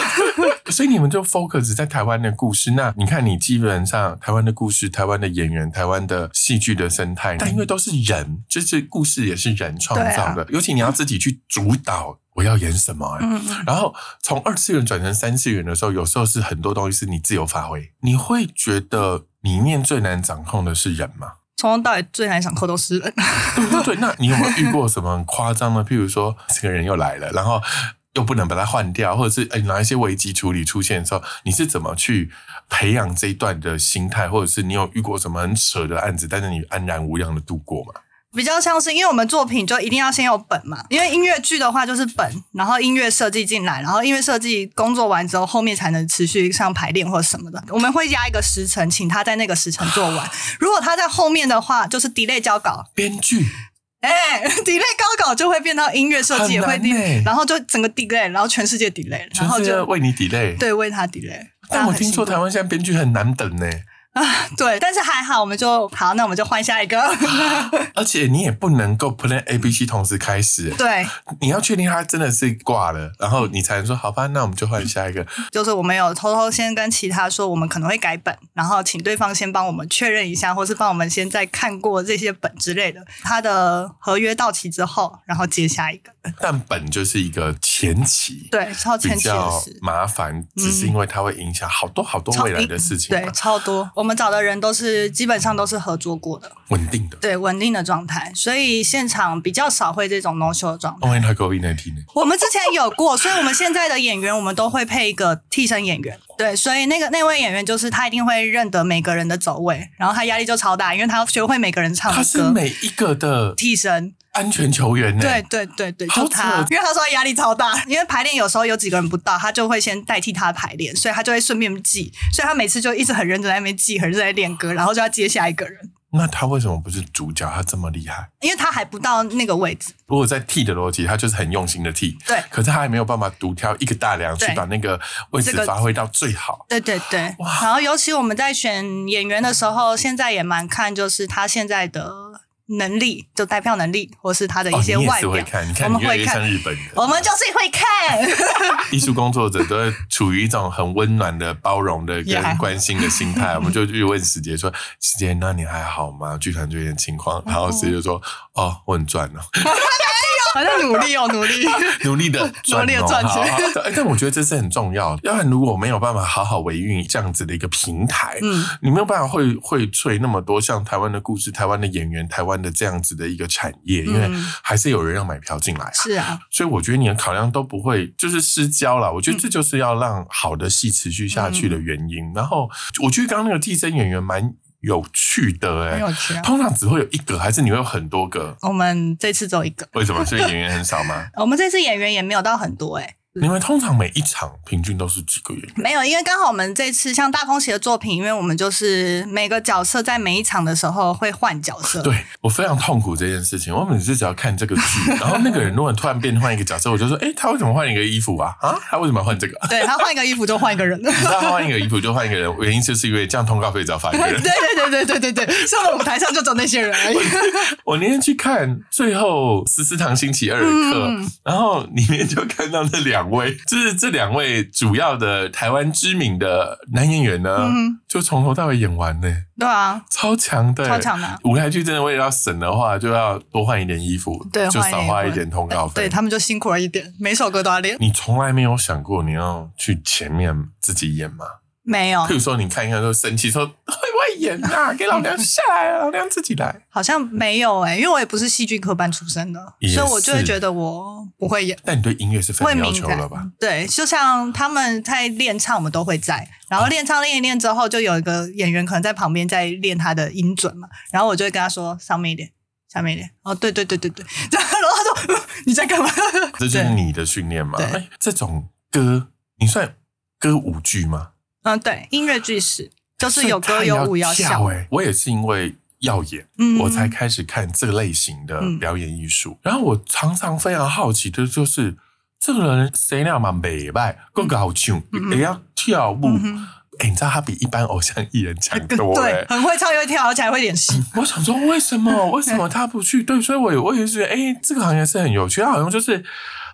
[SPEAKER 1] 所以你们就 focus 在台湾的故事。那你看，你基本上台湾的故事、台湾的演员、台湾的戏戏剧的生态，但因为都是人，就是故事也是人创造的，尤其你要自己去主导我要演什么、欸
[SPEAKER 2] 嗯嗯
[SPEAKER 1] 然后从二次元转成三次元的时候，有时候是很多东西是你自由发挥。你会觉得里面最难掌控的是人吗？
[SPEAKER 2] 从头到尾最难想扣都是人，
[SPEAKER 1] 对不 [laughs] 对？那你有没有遇过什么很夸张的？譬如说，这个人又来了，然后又不能把他换掉，或者是哎哪一些危机处理出现的时候，你是怎么去培养这一段的心态，或者是你有遇过什么很扯的案子，但是你安然无恙的度过吗？
[SPEAKER 2] 比较像是因为我们作品就一定要先有本嘛，因为音乐剧的话就是本，然后音乐设计进来，然后音乐设计工作完之后，后面才能持续上排练或什么的。我们会压一个时辰，请他在那个时辰做完。如果他在后面的话，就是 delay 交稿，
[SPEAKER 1] 编剧
[SPEAKER 2] 哎、d [laughs] e l a y 交稿就会变到音乐设计也会
[SPEAKER 1] 很难欸
[SPEAKER 2] delay，然后就整个 delay，然后全世界 delay，然
[SPEAKER 1] 全
[SPEAKER 2] 后
[SPEAKER 1] 是
[SPEAKER 2] 就
[SPEAKER 1] 为你 delay。
[SPEAKER 2] 对为他 delay。
[SPEAKER 1] 但我
[SPEAKER 2] 大家很
[SPEAKER 1] 听
[SPEAKER 2] 辛苦
[SPEAKER 1] 说台湾现在编剧很难等呢、
[SPEAKER 2] 对，但是还好，我们就好，那我们就换下一个。 [laughs]
[SPEAKER 1] 而且你也不能够 plan A、B、C 同时开始、
[SPEAKER 2] 对，
[SPEAKER 1] 你要确定他真的是挂了，然后你才能说好吧，那我们就换下一个。
[SPEAKER 2] 就是我们有偷偷先跟其他说，我们可能会改本，然后请对方先帮我们确认一下，或是帮我们先再看过这些本之类的。他的合约到期之后，然后接下一个。
[SPEAKER 1] 但本就是一个前期，
[SPEAKER 2] 对，超
[SPEAKER 1] 比
[SPEAKER 2] 前期的
[SPEAKER 1] 较
[SPEAKER 2] 事。
[SPEAKER 1] 麻烦，只是因为它会影响好多好多未来的事情
[SPEAKER 2] 对
[SPEAKER 1] 嘛，，
[SPEAKER 2] 超多。我们找的人都是基本上都是合作过的，
[SPEAKER 1] 稳定的。
[SPEAKER 2] 对稳定的状态，所以现场比较少会这种 no show 的状态。
[SPEAKER 1] 万一他给我一年听呢？
[SPEAKER 2] 我们之前有过，所以我们现在的演员，我们都会配一个替身演员。对，所以那个那位演员就是他一定会认得每个人的走位，然后他压力就超大，因为他要学会每个人唱
[SPEAKER 1] 他
[SPEAKER 2] 的
[SPEAKER 1] 是
[SPEAKER 2] 歌。
[SPEAKER 1] 每一个的
[SPEAKER 2] 替身，
[SPEAKER 1] 安全球员呢？
[SPEAKER 2] 对，对对对，
[SPEAKER 1] 好
[SPEAKER 2] 就
[SPEAKER 1] 扯
[SPEAKER 2] 他，因为他说他压力超大，因为排练有时候有几个人不到，他就会先代替他排练，所以他就会顺便记，所以他每次就一直很认真在那边记，很认真在练歌，然后就要接下一个人，
[SPEAKER 1] 那他为什么不是主角？他这么厉害？
[SPEAKER 2] 因为他还不到那个位置，
[SPEAKER 1] 如果在替的逻辑，他就是很用心的替，
[SPEAKER 2] 对
[SPEAKER 1] 可是他还没有办法独挑一个大梁去
[SPEAKER 2] 对
[SPEAKER 1] 把那个位置
[SPEAKER 2] 这个
[SPEAKER 1] 发挥到最好。
[SPEAKER 2] 对对对，然后尤其我们在选演员的时候，现在也蛮看就是他现在的能力，就带票能力，或是他的
[SPEAKER 1] 哦，
[SPEAKER 2] 一
[SPEAKER 1] 你
[SPEAKER 2] 些
[SPEAKER 1] 也
[SPEAKER 2] 外
[SPEAKER 1] 是
[SPEAKER 2] 表。
[SPEAKER 1] 会看，你看
[SPEAKER 2] 我
[SPEAKER 1] 你
[SPEAKER 2] 们
[SPEAKER 1] 越来
[SPEAKER 2] 会
[SPEAKER 1] 越
[SPEAKER 2] 看
[SPEAKER 1] 像日本人。
[SPEAKER 2] 我们就是会看，
[SPEAKER 1] 艺术工作者都会处于一种很温暖的、包容
[SPEAKER 2] [laughs]
[SPEAKER 1] 的
[SPEAKER 2] 也还
[SPEAKER 1] 跟
[SPEAKER 2] 好
[SPEAKER 1] 关心的心
[SPEAKER 2] [laughs]
[SPEAKER 1] 态。我们就去问师姐说：“师姐，那你还好吗？剧团最近的情况？”然后师姐就说：“哦，我很赚哦，
[SPEAKER 2] [laughs] 好像努力哦， [laughs] 努力。
[SPEAKER 1] 努力的赚、哦，
[SPEAKER 2] 努力地赚钱
[SPEAKER 1] 好好 [laughs] 好哎但我觉得这是很重要的，要不然如果没有办法好好维运这样子的一个平台，
[SPEAKER 2] 嗯，
[SPEAKER 1] 你没有办法会会吹那么多像台湾的故事、台湾的演员、台湾的这样子的一个产业，因为
[SPEAKER 2] 嗯
[SPEAKER 1] 还是有人要买票进来啊。
[SPEAKER 2] 是啊，
[SPEAKER 1] 所以我觉得你的考量都不会就是失焦了。我觉得这就是要让好的戏持续下去的原
[SPEAKER 2] 嗯
[SPEAKER 1] 因。然后我觉得刚刚那个替身演员蛮有趣的哎、
[SPEAKER 2] 很有趣啊。
[SPEAKER 1] 通常只会有一个，还是你会有很多个？
[SPEAKER 2] 我们这次只有一个，
[SPEAKER 1] 为什么？所以演员很少
[SPEAKER 2] [laughs]
[SPEAKER 1] 吗？
[SPEAKER 2] 我们这次演员也没有到很多哎、
[SPEAKER 1] 你们通常每一场平均都是几个演员？
[SPEAKER 2] 没有，因为刚好我们这次像大空袭的作品，因为我们就是每个角色在每一场的时候会换角色，
[SPEAKER 1] 对我非常痛苦这件事情。我每次只要看这个剧，然后那个人如果突然变换一个角色，我就说：哎、他为什么换一个衣服啊？啊，他为什么要换这个？
[SPEAKER 2] 对他换一个衣服就换一个人，
[SPEAKER 1] 你知道他换一个衣服就换一个人，原因就是因为这样通告费只要发一个人
[SPEAKER 2] [laughs] [laughs] 对。对对对对对对，所以我们舞台上就走那些人 [laughs] 而已。
[SPEAKER 1] 我那天去看最后十四堂星期二的课，
[SPEAKER 2] 嗯
[SPEAKER 1] 然后里面就看到那两位，就是这两位主要的台湾知名的男演员呢，
[SPEAKER 2] 嗯
[SPEAKER 1] 就从头到尾演完呢、
[SPEAKER 2] 对啊，
[SPEAKER 1] 超强的、
[SPEAKER 2] 超强的啊
[SPEAKER 1] 舞台剧真的为了要省的话，就要多换一点衣服，
[SPEAKER 2] 对
[SPEAKER 1] 就少花
[SPEAKER 2] 换
[SPEAKER 1] 一
[SPEAKER 2] 一点衣
[SPEAKER 1] 点
[SPEAKER 2] 服
[SPEAKER 1] 通告费。
[SPEAKER 2] 对他们就辛苦了一点，每首歌都要练。
[SPEAKER 1] 你从来没有想过你要去前面自己演吗？
[SPEAKER 2] 没有
[SPEAKER 1] 譬，如说，你看一看，就生气说会 [laughs] 不会演啊？给老娘下来啊，老娘自己来。
[SPEAKER 2] 好像没有哎、因为我也不是戏剧科班出身的，
[SPEAKER 1] 也是
[SPEAKER 2] 所以我就会觉得我不会演。
[SPEAKER 1] 但你对音乐是非
[SPEAKER 2] 会
[SPEAKER 1] 常要
[SPEAKER 2] 敏
[SPEAKER 1] 求
[SPEAKER 2] 感
[SPEAKER 1] 了吧？，
[SPEAKER 2] 对，就像他们在练唱，我们都会在。然后
[SPEAKER 1] 啊
[SPEAKER 2] 练唱练一练之后，就有一个演员可能在旁边在练他的音准嘛，然后我就会跟他说上面一点，下面一点。哦，对对对对对， [laughs] 然后他说呃你在干嘛？ [laughs]
[SPEAKER 1] 这就是你的训练嘛？
[SPEAKER 2] 对
[SPEAKER 1] 哎，这种歌你算歌舞剧吗？
[SPEAKER 2] 嗯，对，音乐剧是就是有歌
[SPEAKER 1] 所以
[SPEAKER 2] 有
[SPEAKER 1] 它
[SPEAKER 2] 舞
[SPEAKER 1] 要
[SPEAKER 2] 要
[SPEAKER 1] 跳
[SPEAKER 2] 笑，
[SPEAKER 1] 哎、我也是因为要演，
[SPEAKER 2] 嗯
[SPEAKER 1] 我才开始看这类型的
[SPEAKER 2] 嗯
[SPEAKER 1] 表演艺术。然后我常常非常好奇的就是，这个人谁那嘛美拜，够搞唱，
[SPEAKER 2] 嗯
[SPEAKER 1] 也要跳舞。
[SPEAKER 2] 嗯哼嗯
[SPEAKER 1] 哎、你知道他比一般偶像艺人强多嗯哎、
[SPEAKER 2] 对，很会唱又会跳，而且还会演戏。
[SPEAKER 1] 我想说，为什
[SPEAKER 2] [laughs]
[SPEAKER 1] 么？为什么他不去？对，所以我也我也是，哎、这个行业是很有趣，他好像就是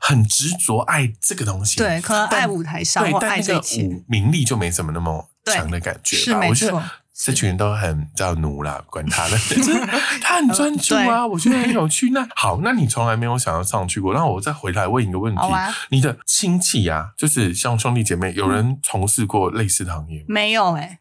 [SPEAKER 1] 很执着爱这个东西。
[SPEAKER 2] 对，可能
[SPEAKER 1] 但
[SPEAKER 2] 爱舞台上
[SPEAKER 1] 对，
[SPEAKER 2] 或
[SPEAKER 1] 但
[SPEAKER 2] 爱
[SPEAKER 1] 那
[SPEAKER 2] 这
[SPEAKER 1] 个
[SPEAKER 2] 一切。
[SPEAKER 1] 舞名利就没什么那么强的感觉
[SPEAKER 2] 对
[SPEAKER 1] 吧。
[SPEAKER 2] 是没
[SPEAKER 1] 我觉得
[SPEAKER 2] 错
[SPEAKER 1] 这群人都很叫奴啦，管他
[SPEAKER 2] [laughs]
[SPEAKER 1] 的，就是他很专注啊，我觉得很有趣。那好，那你从来没有想要上去过，那我再回来问一个问题
[SPEAKER 2] 好：啊，嗯
[SPEAKER 1] 你的亲戚啊，就是像兄弟姐妹，有人从事过类似的行业吗？
[SPEAKER 2] 没有哎、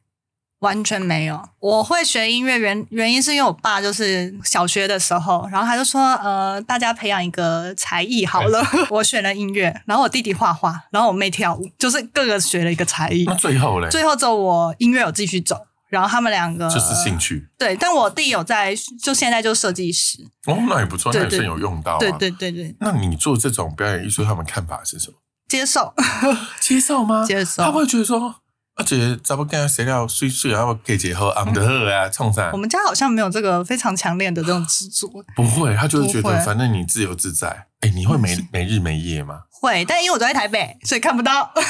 [SPEAKER 2] 完全没有。我会学音乐原原因是因为我爸就是小学的时候，然后他就说，呃，大家培养一个才艺好了。 [laughs] 我选了音乐，然后我弟弟画画，然后我妹跳舞， [laughs] 就是各个学了一个才艺
[SPEAKER 1] 那。最后嘞，
[SPEAKER 2] 最后只有我音乐有继续走，然后他们两个
[SPEAKER 1] 就是兴趣
[SPEAKER 2] 对，但我弟有在，就现在就设计师。
[SPEAKER 1] 哦，那也不错，
[SPEAKER 2] 对
[SPEAKER 1] 那也算
[SPEAKER 2] 对
[SPEAKER 1] 有用到啊。
[SPEAKER 2] 对对对对，
[SPEAKER 1] 那你做这种表演艺术，他们看法是什么？
[SPEAKER 2] 接受 [laughs]
[SPEAKER 1] 接受吗？
[SPEAKER 2] 接受
[SPEAKER 1] 他不会觉得说，啊，姐，咱们跟谁聊睡睡，然后给姐喝昂的喝啊，冲啥
[SPEAKER 2] 我？们家好像没有这个非常强烈的这种执着，
[SPEAKER 1] 不会，他就是觉
[SPEAKER 2] 不
[SPEAKER 1] 得
[SPEAKER 2] 会
[SPEAKER 1] 反正你自由自在。哎，你会没没日没夜吗？
[SPEAKER 2] 会，但因为我都在台北，所以看不到。 [laughs]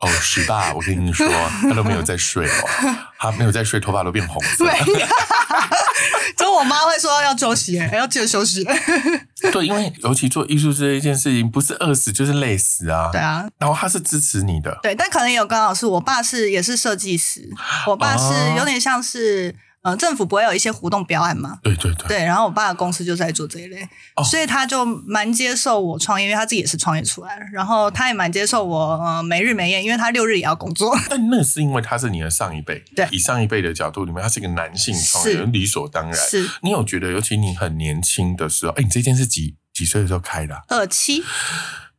[SPEAKER 1] 哦，是吧？我跟你说，他都没有在睡哦，他没有在睡，头发都变红色。
[SPEAKER 2] 对，就我妈会说要休息，哎要记得休息。
[SPEAKER 1] 对，因为尤其做艺术这一件事情，不是饿死就是累死啊。
[SPEAKER 2] 对啊，
[SPEAKER 1] 然后他是支持你的，
[SPEAKER 2] 对，但可能也有刚好是我爸是也是设计师，我爸
[SPEAKER 1] 哦
[SPEAKER 2] 是有点像是呃政府不会有一些活动标案嘛。
[SPEAKER 1] 对对对。
[SPEAKER 2] 对，然后我爸的公司就在做这一类，
[SPEAKER 1] 哦
[SPEAKER 2] 所以他就蛮接受我创业，因为他自己也是创业出来的，然后他也蛮接受我呃没日没夜，因为他六日也要工作。
[SPEAKER 1] 但那是因为他是你的上一辈，
[SPEAKER 2] 对
[SPEAKER 1] 以上一辈的角度里面，他是一个男性创业
[SPEAKER 2] 是，
[SPEAKER 1] 理所当然。
[SPEAKER 2] 是
[SPEAKER 1] 你有觉得，尤其你很年轻的时候，哎，你这件是几几岁的时候开的啊、
[SPEAKER 2] 二七，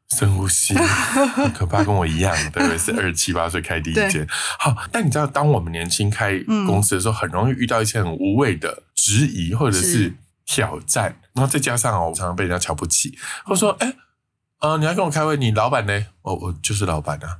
[SPEAKER 1] 深呼吸，很可怕，跟我一样，对不对？是二七八岁开第一间。好，但你知道，当我们年轻开公司的时候，很容易遇到一些很无谓的质疑或者是
[SPEAKER 2] 是
[SPEAKER 1] 挑战，然后再加上哦，我常常被人家瞧不起，或者说，哎、呃，你要跟我开会，你老板呢？我我就是老板啊，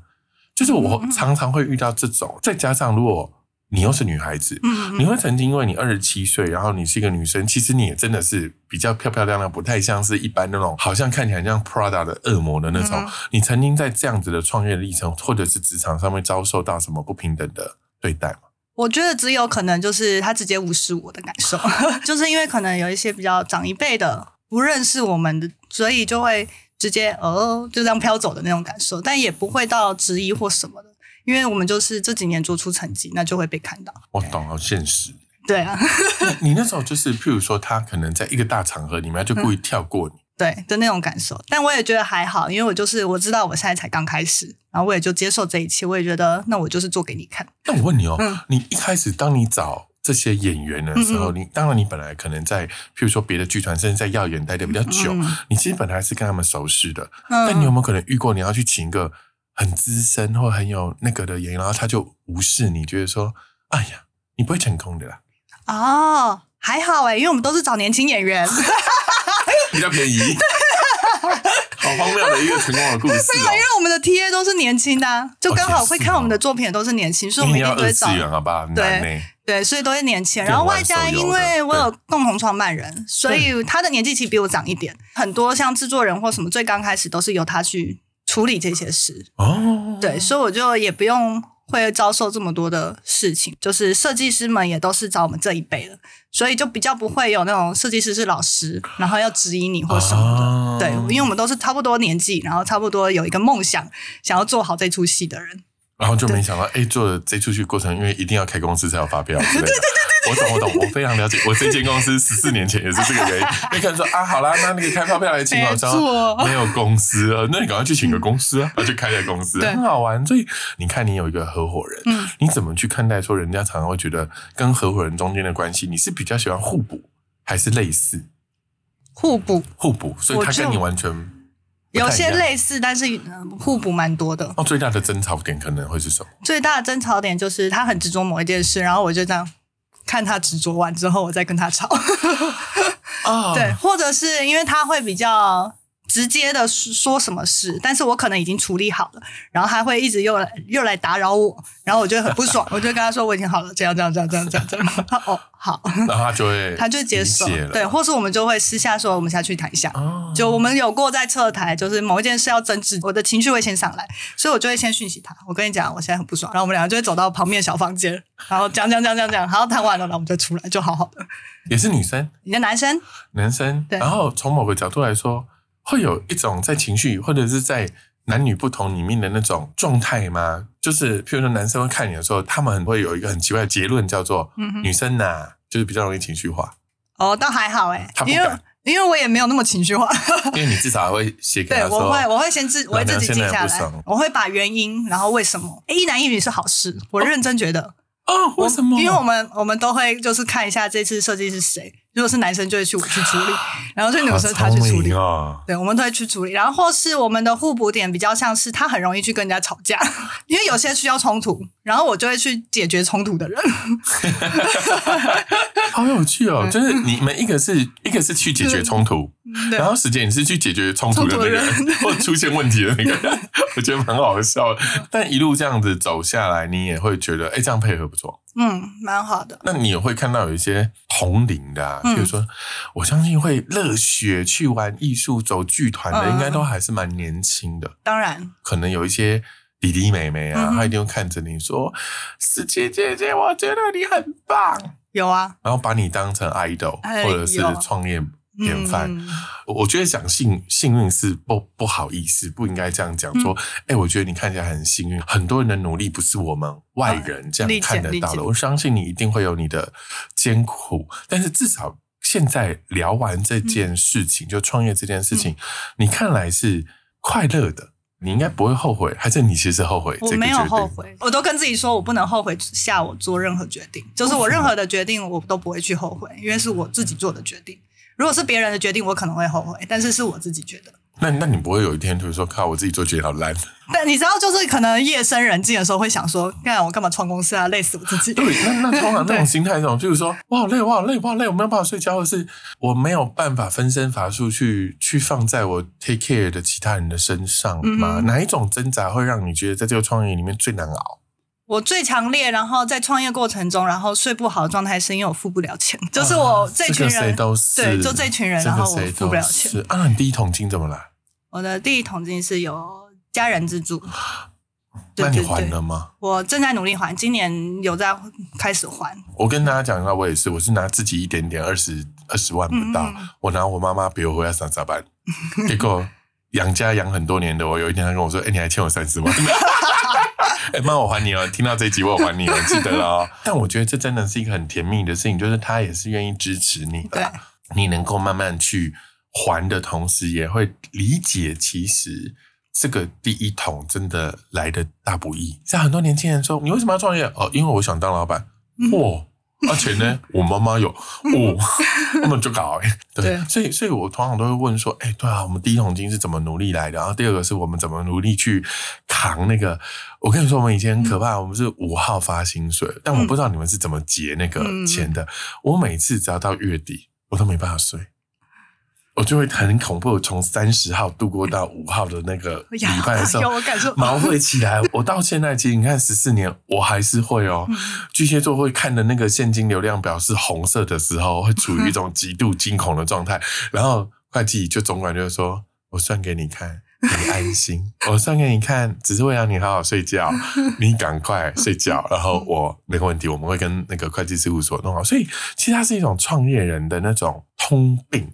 [SPEAKER 1] 就是我常常会遇到这种，再加上如果你又是女孩子，
[SPEAKER 2] 嗯，
[SPEAKER 1] 你
[SPEAKER 2] 嗯
[SPEAKER 1] 会曾经因为你二十七岁，然后你是一个女生，其实你也真的是比较漂漂亮亮，不太像是一般那种好像看起来像 Prada 的恶魔的那种。
[SPEAKER 2] 嗯
[SPEAKER 1] 你曾经在这样子的创业历程或者是职场上面遭受到什么不平等的对待吗？
[SPEAKER 2] 我觉得只有可能就是他直接无视我的感受， [laughs] 就是因为可能有一些比较长一辈的不认识我们的，所以就会直接哦就这样飘走的那种感受，但也不会到质疑或什么的，因为我们就是这几年做出成绩，那就会被看到。
[SPEAKER 1] 我懂，好现实。
[SPEAKER 2] 对啊， [laughs]
[SPEAKER 1] 你那时候就是，譬如说，他可能在一个大场合里面他就故意跳过你，
[SPEAKER 2] 对的那种感受，但我也觉得还好，因为我就是我知道我现在才刚开始，然后我也就接受这一切，我也觉得那我就是做给你看。
[SPEAKER 1] 那我问你哦，
[SPEAKER 2] 嗯
[SPEAKER 1] 你一开始当你找这些演员的时候，你当然你本来可能在譬如说别的剧团，甚至在耀眼待的比较久，
[SPEAKER 2] 嗯
[SPEAKER 1] 你其实本来是跟他们熟识的。
[SPEAKER 2] 嗯
[SPEAKER 1] 但你有没有可能遇过你要去请一个很资深或很有那个的演员，然后他就无视你，觉得说：“哎呀，你不会成功的啦，
[SPEAKER 2] 哦，还好哎、因为我们都是找年轻演员。
[SPEAKER 1] [laughs] 比较便宜。”好荒谬的一个成功的故事哦
[SPEAKER 2] 对啊， [laughs] 因为我们的 T A 都是年轻的啊、就刚好会看我们的作品的都是年轻，所
[SPEAKER 1] 哦。
[SPEAKER 2] 以我
[SPEAKER 1] 因
[SPEAKER 2] 们
[SPEAKER 1] 为
[SPEAKER 2] 一
[SPEAKER 1] 要
[SPEAKER 2] 定都
[SPEAKER 1] 二
[SPEAKER 2] 会
[SPEAKER 1] 次
[SPEAKER 2] 找
[SPEAKER 1] 元好吧，很难呢。
[SPEAKER 2] 啊对，所以都是年轻人。
[SPEAKER 1] 电
[SPEAKER 2] 然后
[SPEAKER 1] 玩
[SPEAKER 2] 外加
[SPEAKER 1] 手游
[SPEAKER 2] 因
[SPEAKER 1] 的
[SPEAKER 2] 为我
[SPEAKER 1] 对
[SPEAKER 2] 有共同创办人，所以他的年纪其实比我长一点，很多像制作人或什么，最刚开始都是由他去处理这些事。
[SPEAKER 1] 哦，
[SPEAKER 2] 对，所以我就也不用会遭受这么多的事情，就是设计师们也都是找我们这一辈的，所以就比较不会有那种设计师是老师，然后要质疑你或什么的。
[SPEAKER 1] 哦
[SPEAKER 2] 对，因为我们都是差不多年纪，然后差不多有一个梦想，想要做好这出戏的人。
[SPEAKER 1] 然后就没想到，哎，做了这出去过程，因为一定要开公司才有发票之
[SPEAKER 2] [laughs]
[SPEAKER 1] 类的。我懂，我懂，我非常了解。我这间公司十四年前也是这个原因。那可能说啊，好啦，那那个开发票来请老张
[SPEAKER 2] 没错，
[SPEAKER 1] 没有公司啊，那你赶快去请个公司啊，然后就开了公司，
[SPEAKER 2] 对
[SPEAKER 1] 很好玩。所以你看，你有一个合伙人，
[SPEAKER 2] 嗯
[SPEAKER 1] 你怎么去看待说人家常常会觉得跟合伙人中间的关系，你是比较喜欢互补还是类似？
[SPEAKER 2] 互补
[SPEAKER 1] 互补，所以他
[SPEAKER 2] 我就
[SPEAKER 1] 跟你完全不太一样
[SPEAKER 2] 有些。类似，但是呃互补蛮多的。
[SPEAKER 1] 哦，最大的争吵点可能会是什么？
[SPEAKER 2] 最大的争吵点就是他很执着某一件事，然后我就这样看他执着完之后，我再跟他吵。
[SPEAKER 1] 哦
[SPEAKER 2] [laughs] 对，或者是因为他会比较直接的说什么事，但是我可能已经处理好了，然后他会一直又来又来打扰我，然后我就会很不爽，我就跟他说我已经好了，这样这样这样这样这样这 [laughs] 样。他哦好，
[SPEAKER 1] 然后他就会
[SPEAKER 2] 他就接受
[SPEAKER 1] 理解了
[SPEAKER 2] 对，或是我们就会私下说我们下去谈一下。
[SPEAKER 1] 哦
[SPEAKER 2] 就我们有过在侧台，就是某一件事要争执，我的情绪会先上来，所以我就会先讯息他。我跟你讲，我现在很不爽，然后我们两个就会走到旁边小房间，然后讲讲讲讲讲，好谈完了，然后我们就出来，就好好
[SPEAKER 1] [laughs]
[SPEAKER 2] 的。
[SPEAKER 1] 也是女生，
[SPEAKER 2] 你的男生
[SPEAKER 1] 男生，
[SPEAKER 2] 对
[SPEAKER 1] 然后从某个角度来说，会有一种在情绪或者是在男女不同里面的那种状态吗？就是譬如说男生会看你的时候，他们会有一个很奇怪的结论，叫做
[SPEAKER 2] 嗯哼
[SPEAKER 1] 女生呐、就是比较容易情绪
[SPEAKER 2] [laughs]
[SPEAKER 1] 化，
[SPEAKER 2] 哦，倒还好哎、
[SPEAKER 1] 他不
[SPEAKER 2] 因为
[SPEAKER 1] 敢
[SPEAKER 2] 因为我也没有那么情绪化，
[SPEAKER 1] 因为你至少会写给
[SPEAKER 2] 对
[SPEAKER 1] 他说，
[SPEAKER 2] 我会我会先自我会自己
[SPEAKER 1] 老娘
[SPEAKER 2] 记
[SPEAKER 1] 现在
[SPEAKER 2] 下
[SPEAKER 1] 不爽
[SPEAKER 2] 来，我会把原因，然后为什么？哎一男一女是好事，我认真觉得。
[SPEAKER 1] 哦，为什么？
[SPEAKER 2] 因为我们我们都会就是看一下这次设计是谁，如果是男生就会去我去处
[SPEAKER 1] [gasps]
[SPEAKER 2] 理，然后是女生他
[SPEAKER 1] 好
[SPEAKER 2] 去处
[SPEAKER 1] 聪
[SPEAKER 2] 理
[SPEAKER 1] 明。哦，
[SPEAKER 2] 对，我们都会去处理，然后或是我们的互补点比较像是他很容易去跟人家吵架， [laughs] 因为有些需要冲突，然后我就会去解决冲突的人。
[SPEAKER 1] 好有趣哦！
[SPEAKER 2] 嗯
[SPEAKER 1] 就是你们一个是一个是去解决冲突，[laughs]
[SPEAKER 2] 对
[SPEAKER 1] 然，后时间你是去解决冲突的那个
[SPEAKER 2] 冲突
[SPEAKER 1] 人，或出现问题的那个 [laughs] 人，我觉得蛮好笑的。
[SPEAKER 2] 嗯
[SPEAKER 1] 但一路这样子走下来，你也会觉得，哎、这样配合不错。
[SPEAKER 2] 嗯，蛮好的。
[SPEAKER 1] 那你也会看到有一些同龄的、啊，
[SPEAKER 2] 嗯
[SPEAKER 1] 比如说，我相信会热血去玩艺术、走剧团的，
[SPEAKER 2] 嗯
[SPEAKER 1] 应该都还是蛮年轻的。
[SPEAKER 2] 当然，
[SPEAKER 1] 可能有一些弟弟妹妹啊，
[SPEAKER 2] 嗯哼
[SPEAKER 1] 他一定会看着你说：“思琪姐姐，我觉得你很棒。”
[SPEAKER 2] 有啊，
[SPEAKER 1] 然后把你当成 idol
[SPEAKER 2] 哎
[SPEAKER 1] 或者是
[SPEAKER 2] 有
[SPEAKER 1] 创业典范，
[SPEAKER 2] 嗯，
[SPEAKER 1] 我我觉得讲幸幸运是不不好意思，不应该这样讲说。
[SPEAKER 2] 嗯
[SPEAKER 1] 哎、我觉得你看起来很幸运，很多人的努力不是我们外人这样
[SPEAKER 2] 理解
[SPEAKER 1] 看得到
[SPEAKER 2] 理
[SPEAKER 1] 的。
[SPEAKER 2] 解
[SPEAKER 1] 我相信你一定会有你的艰苦，但是至少现在聊完这件事情，就创业这件事
[SPEAKER 2] 嗯
[SPEAKER 1] 情，你看来是快乐的，你应该不会后悔，还是你其实后悔这
[SPEAKER 2] 我
[SPEAKER 1] 个决
[SPEAKER 2] 没有
[SPEAKER 1] 定？
[SPEAKER 2] 后悔，我都跟自己说，我不能后悔下我做任何决定，就是我任何的决定我都不会去后悔，因为是我自己做的决定。如果是别人的决定，我可能会后悔，但是是我自己觉得。
[SPEAKER 1] 那那你不会有一天就是说，靠，我自己做决定好烂。
[SPEAKER 2] 但你知道，就是可能夜深人静的时候会想说，干我干嘛创公司啊，累死我自己。
[SPEAKER 1] 对，那那通常那种
[SPEAKER 2] 对
[SPEAKER 1] 心态是这种，就是说我好累，我好累，我好累，我没有办法睡觉，或是我没有办法分身乏术去去放在我 take care 的其他人的身上嘛？
[SPEAKER 2] 嗯哼
[SPEAKER 1] 哪一种挣扎会让你觉得在这个创业里面最难熬？
[SPEAKER 2] 我最强烈，然后在创业过程中，然后睡不好的状态是因为我付不了钱，就是我
[SPEAKER 1] 啊
[SPEAKER 2] 这群
[SPEAKER 1] 个谁
[SPEAKER 2] 人，
[SPEAKER 1] 都是
[SPEAKER 2] 对就这群人
[SPEAKER 1] 这个
[SPEAKER 2] 然后我
[SPEAKER 1] 谁都
[SPEAKER 2] 付不了
[SPEAKER 1] 是
[SPEAKER 2] 钱
[SPEAKER 1] 啊，你第一桶金怎么来？
[SPEAKER 2] 我的第一桶金是由家人资助，对
[SPEAKER 1] 那你
[SPEAKER 2] 对
[SPEAKER 1] 还
[SPEAKER 2] 对
[SPEAKER 1] 了吗？
[SPEAKER 2] 我正在努力还，今年有在开始还，
[SPEAKER 1] 我跟大家讲一下，我也是，我是拿自己一点点，二十二十万不到，
[SPEAKER 2] 嗯嗯
[SPEAKER 1] 我拿我妈妈比我回来三十万，结果养家养很多年的我，有一天她跟我说：“哎、你还欠我三十万。” [laughs] 哎妈、我还你哦！听到这一集我有还你哦，记得了哦。 [laughs] 但我觉得这真的是一个很甜蜜的事情，就是她也是愿意支持你的
[SPEAKER 2] 对
[SPEAKER 1] 啦， [laughs] 你能够慢慢去还的同时，也会理解其实。这个第一桶真的来的大不易，像很多年轻人说，你为什么要创业？哦，因为我想当老板。哦，而且呢，我妈妈有哦， [laughs] 那么就搞哎、对，
[SPEAKER 2] 对
[SPEAKER 1] 所以所以我通常都会问说，哎、对啊，我们第一桶金是怎么努力来的？然后第二个是我们怎么努力去扛那个。我跟你说，我们以前很可怕，我们是五号发薪水，但我不知道你们是怎么结那个钱的。我每次只要到月底，我都没办法睡。我就会很恐怖，从三十号度过到五号的那个礼
[SPEAKER 2] 呀
[SPEAKER 1] 拜的时候，
[SPEAKER 2] 有我感 [laughs] 受
[SPEAKER 1] 毛会起来。我到现在，其实你看十四年，我还是会哦。巨蟹座会看的那个现金流量表是红色的时候，会处于一种极度惊恐的状态。然后会计就总管就会说：“我算给你看，你安心。我算给你看，只是为了让你好好睡觉，你赶快睡觉。然后我没问题，我们会跟那个会计事务所弄好。所以其实它是一种创业人的那种通病。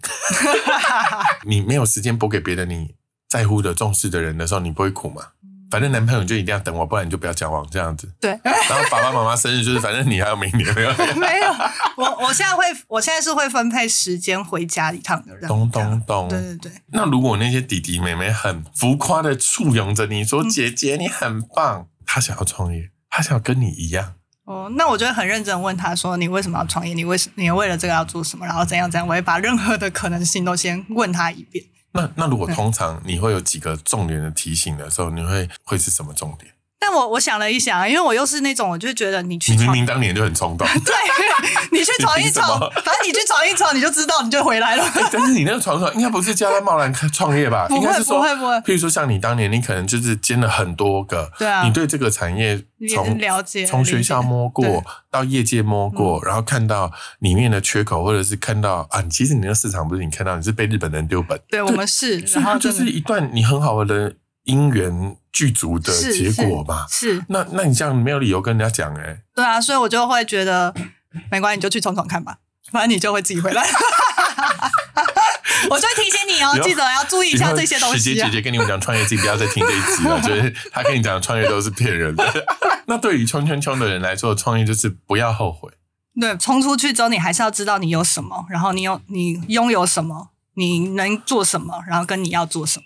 [SPEAKER 1] 你没有时间拨给别的你在乎的、重视的人的时候，你不会苦吗？反正男朋友就一定要等我，不然你就不要交往这样子。
[SPEAKER 2] 对，
[SPEAKER 1] 然后爸爸妈妈生日就是，反正你还有明年没
[SPEAKER 2] [laughs]
[SPEAKER 1] 有。
[SPEAKER 2] 没有，我我现在会，我现在是会分配时间回家一趟的人。
[SPEAKER 1] 咚
[SPEAKER 2] 这样
[SPEAKER 1] 咚咚。
[SPEAKER 2] 对对对，
[SPEAKER 1] 那如果那些弟弟妹妹很浮夸的簇拥着你说：“姐姐，你很棒。”他想要创业，他想要跟你一样。
[SPEAKER 2] 哦，那我就会很认真问他说：“你为什么要创业？你为什你为了这个要做什么？然后怎样怎样？”我会把任何的可能性都先问他一遍。
[SPEAKER 1] 那那如果通常你会有几个重点的提醒的时候，你会会是什么重点？
[SPEAKER 2] 但我我想了一想，因为我又是那种，我就觉得你去
[SPEAKER 1] 你明
[SPEAKER 2] 闯，
[SPEAKER 1] 明当年就很冲
[SPEAKER 2] [laughs]
[SPEAKER 1] 动，
[SPEAKER 2] 对， [laughs] 你去闯一
[SPEAKER 1] 你凭
[SPEAKER 2] 闯
[SPEAKER 1] 什么，
[SPEAKER 2] 反正你去闯一闯，你就知道，你就回来了。
[SPEAKER 1] 但是你那个闯闯应该不是叫他贸然创业吧？
[SPEAKER 2] 不会
[SPEAKER 1] 应该是说
[SPEAKER 2] 不会不会
[SPEAKER 1] 譬如说像你当年，你可能就是兼了很多个，
[SPEAKER 2] 对啊
[SPEAKER 1] 你对这个产业
[SPEAKER 2] 也
[SPEAKER 1] [laughs] 从
[SPEAKER 2] 了解
[SPEAKER 1] 从学校
[SPEAKER 2] 理解
[SPEAKER 1] 摸过
[SPEAKER 2] 对嗯
[SPEAKER 1] 到业界摸过，然后看到里面的缺口，或者是看到啊，其实你那个市场不是你看到，你是被日本人丢本，
[SPEAKER 2] 对，我们是，
[SPEAKER 1] 所
[SPEAKER 2] 然
[SPEAKER 1] 以它
[SPEAKER 2] 后
[SPEAKER 1] 就
[SPEAKER 2] 真
[SPEAKER 1] 是
[SPEAKER 2] 的
[SPEAKER 1] 一段你很好的因缘具足的
[SPEAKER 2] 是
[SPEAKER 1] 结果嘛。
[SPEAKER 2] 是
[SPEAKER 1] 那那你这样没有理由跟人家讲哎、欸
[SPEAKER 2] 对啊，所以我就会觉得没关系，你就去闯闯看吧，反正你就会自己回来。 [laughs] 我就会提醒你哦
[SPEAKER 1] 以，后
[SPEAKER 2] 记者要注意一下这些东
[SPEAKER 1] 史
[SPEAKER 2] 西、
[SPEAKER 1] 杰
[SPEAKER 2] 啊
[SPEAKER 1] 姐。姐跟你们讲创业记，不要再听这一集
[SPEAKER 2] [laughs]
[SPEAKER 1] 了，就是她跟你讲创业都是骗人的。 [laughs] 那对于冲冲冲的人来说，创业就是不要后悔。
[SPEAKER 2] 对，冲出去之后，你还是要知道你有什么，然后你有你拥有什么，你能做什么，然后跟你要做什么。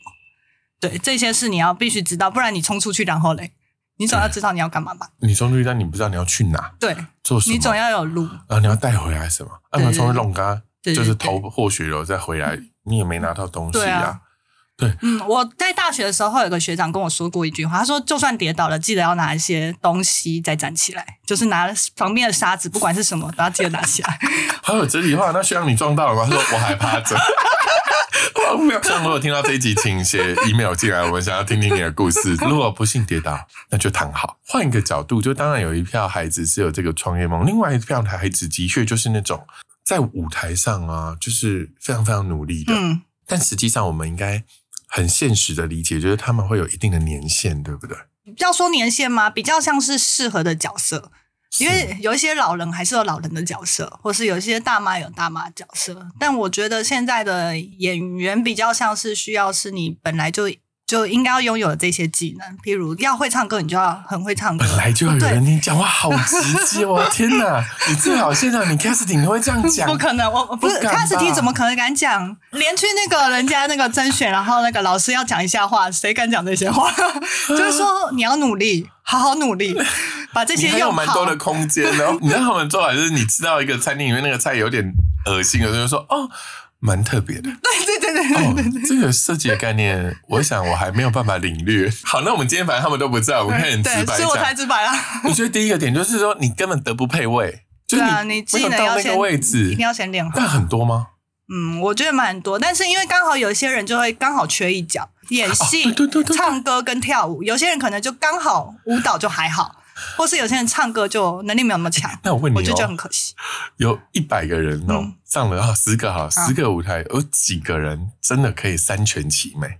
[SPEAKER 2] 对，这些是你要必须知道，不然你冲出去，然后嘞，你总要知道你要干嘛吧？
[SPEAKER 1] 你冲出去，但你不知道你要去哪，
[SPEAKER 2] 对，
[SPEAKER 1] 做什么，
[SPEAKER 2] 你总要有路。
[SPEAKER 1] 然呃后你要带回来啊什么？要不然冲去弄干，
[SPEAKER 2] 对对
[SPEAKER 1] 就是
[SPEAKER 2] 对
[SPEAKER 1] 投或许有再回
[SPEAKER 2] [laughs]
[SPEAKER 1] 来，你也没拿到东西
[SPEAKER 2] 对
[SPEAKER 1] 啊
[SPEAKER 2] 啊。嗯，我在大学的时候有个学长跟我说过一句话，他说就算跌倒了，记得要拿一些东西再站起来，就是拿旁边的沙子，不管是什么，都要记得拿起来。 [laughs]
[SPEAKER 1] 还有这句话，那需要你撞到了吗？他说我还趴着。荒谬！像如果听到这一集，请写 email 进来，我们想要听听你的故
[SPEAKER 2] [laughs]
[SPEAKER 1] 事。如果不幸跌倒，那就躺好。换一个角度，就当然有一票孩子是有这个创业梦，另外一票孩子的确就是那种在舞台上啊，就是非常非常努力的。
[SPEAKER 2] 嗯，
[SPEAKER 1] 但实际上，我们应该很现实的理解，就是他们会有一定的年限，对不对？
[SPEAKER 2] 要说年限吗？比较像是适合的角色，因
[SPEAKER 1] 是
[SPEAKER 2] 为有一些老人还是有老人的角色，或是有一些大妈有大妈的角色。但我觉得现在的演员比较像是需要是你本来就就应该要拥有的这些技能，譬如要会唱歌，你就要很会唱歌。
[SPEAKER 1] 本哦来就要有人，你讲话好直接，
[SPEAKER 2] [laughs]
[SPEAKER 1] 我的天哪！你最好现场你 casting 你会这样讲，
[SPEAKER 2] 不可 [laughs] 能，我我不是
[SPEAKER 1] 不敢吧
[SPEAKER 2] 开始听怎么可能敢讲？连去那个人家那个甄选，然后那个老师要讲一下话，谁敢讲这些话？ [laughs] 就是说你要努力，好好努力，把这
[SPEAKER 1] 你 [laughs]
[SPEAKER 2] 些
[SPEAKER 1] 还有
[SPEAKER 2] 用
[SPEAKER 1] 蛮
[SPEAKER 2] 好
[SPEAKER 1] 多。的空间
[SPEAKER 2] [laughs]
[SPEAKER 1] 的哦。你知道他们做法就是，你吃到一个餐厅里面那个菜有点恶心，有时候说哦，蛮特别的。
[SPEAKER 2] [laughs] 对对对对
[SPEAKER 1] 哦
[SPEAKER 2] 对，
[SPEAKER 1] 这个设计的概念，我想我还没有办法领略。
[SPEAKER 2] [laughs]
[SPEAKER 1] 好，那我们今天反正他们都不在，我们可以很直
[SPEAKER 2] 对，
[SPEAKER 1] 白
[SPEAKER 2] 所以我才
[SPEAKER 1] 讲。
[SPEAKER 2] 直白啊。
[SPEAKER 1] 我觉得第一个点就是说，你根本德不配位，就是
[SPEAKER 2] 对啊，
[SPEAKER 1] 你
[SPEAKER 2] 你
[SPEAKER 1] 没
[SPEAKER 2] 技
[SPEAKER 1] 有
[SPEAKER 2] 能
[SPEAKER 1] 到
[SPEAKER 2] 要
[SPEAKER 1] 那
[SPEAKER 2] 先
[SPEAKER 1] 个位
[SPEAKER 2] 一
[SPEAKER 1] 置
[SPEAKER 2] 定。要先练好。
[SPEAKER 1] 但很多吗？
[SPEAKER 2] 嗯，我觉得蛮多，但是因为刚好有些人就会刚好缺一角，演戏、
[SPEAKER 1] 哦对对对对
[SPEAKER 2] 唱歌跟跳舞，有些人可能就刚好舞蹈就还好，或是有些人唱歌就能力没有那么强，
[SPEAKER 1] 那我问你
[SPEAKER 2] 我就觉得很
[SPEAKER 1] 哦，
[SPEAKER 2] 可惜。
[SPEAKER 1] 有一百个人哦
[SPEAKER 2] 嗯，
[SPEAKER 1] 上了啊十个好了，十个舞台，有几个人真的可以三全其美？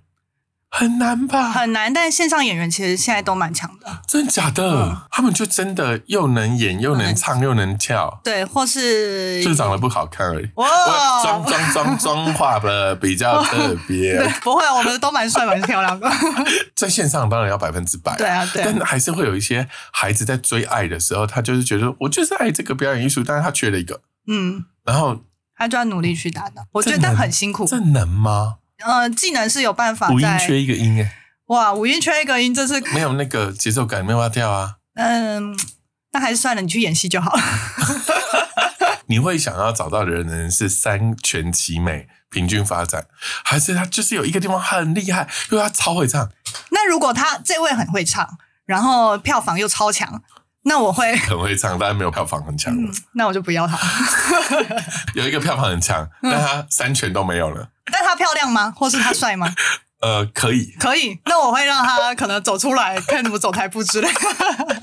[SPEAKER 1] 很难吧？
[SPEAKER 2] 很难，但线上演员其实现在都蛮强的，
[SPEAKER 1] 真的假的？
[SPEAKER 2] 嗯
[SPEAKER 1] 他们就真的又能演又能唱又能跳，
[SPEAKER 2] 对，或是
[SPEAKER 1] 就长得不好看而已。我
[SPEAKER 2] 哇
[SPEAKER 1] 妆，妆妆妆化的比较特
[SPEAKER 2] [laughs] 对
[SPEAKER 1] 别，，
[SPEAKER 2] 不会，我们都蛮帅蛮漂亮的， [laughs]
[SPEAKER 1] 在线上当然要百分之百。
[SPEAKER 2] 对啊，对啊
[SPEAKER 1] 但还是会有一些孩子在追爱的时候，他就是觉得我就是爱这个表演艺术，但是他缺了一个，
[SPEAKER 2] 嗯，
[SPEAKER 1] 然后
[SPEAKER 2] 他就要努力去达到，我觉
[SPEAKER 1] 这
[SPEAKER 2] 得
[SPEAKER 1] 能
[SPEAKER 2] 很辛苦，
[SPEAKER 1] 这能吗？
[SPEAKER 2] 呃，技能是有办法
[SPEAKER 1] 五音
[SPEAKER 2] 啊在，
[SPEAKER 1] 缺一个音哎、
[SPEAKER 2] 哇，五音缺一个音，这是，
[SPEAKER 1] 没有那个节奏感，没有办法跳啊。
[SPEAKER 2] 嗯，那还是算了，你去演戏就好了， [laughs]
[SPEAKER 1] 你会想要找到的人是三全其美、平均发展，还是他就是有一个地方很厉害，因为他超会唱，
[SPEAKER 2] 那如果他这位很会唱，然后票房又超强，那我会，
[SPEAKER 1] 很会唱，但没有票房很强了。
[SPEAKER 2] 那我就不要他，
[SPEAKER 1] 有一个票房很强，但他三全都没有了。
[SPEAKER 2] [laughs] 但他漂亮吗？或是他帅吗？ [laughs]
[SPEAKER 1] 呃，可以，
[SPEAKER 2] 可以，那我会让他可能走出来，看怎么走台步之类， [laughs]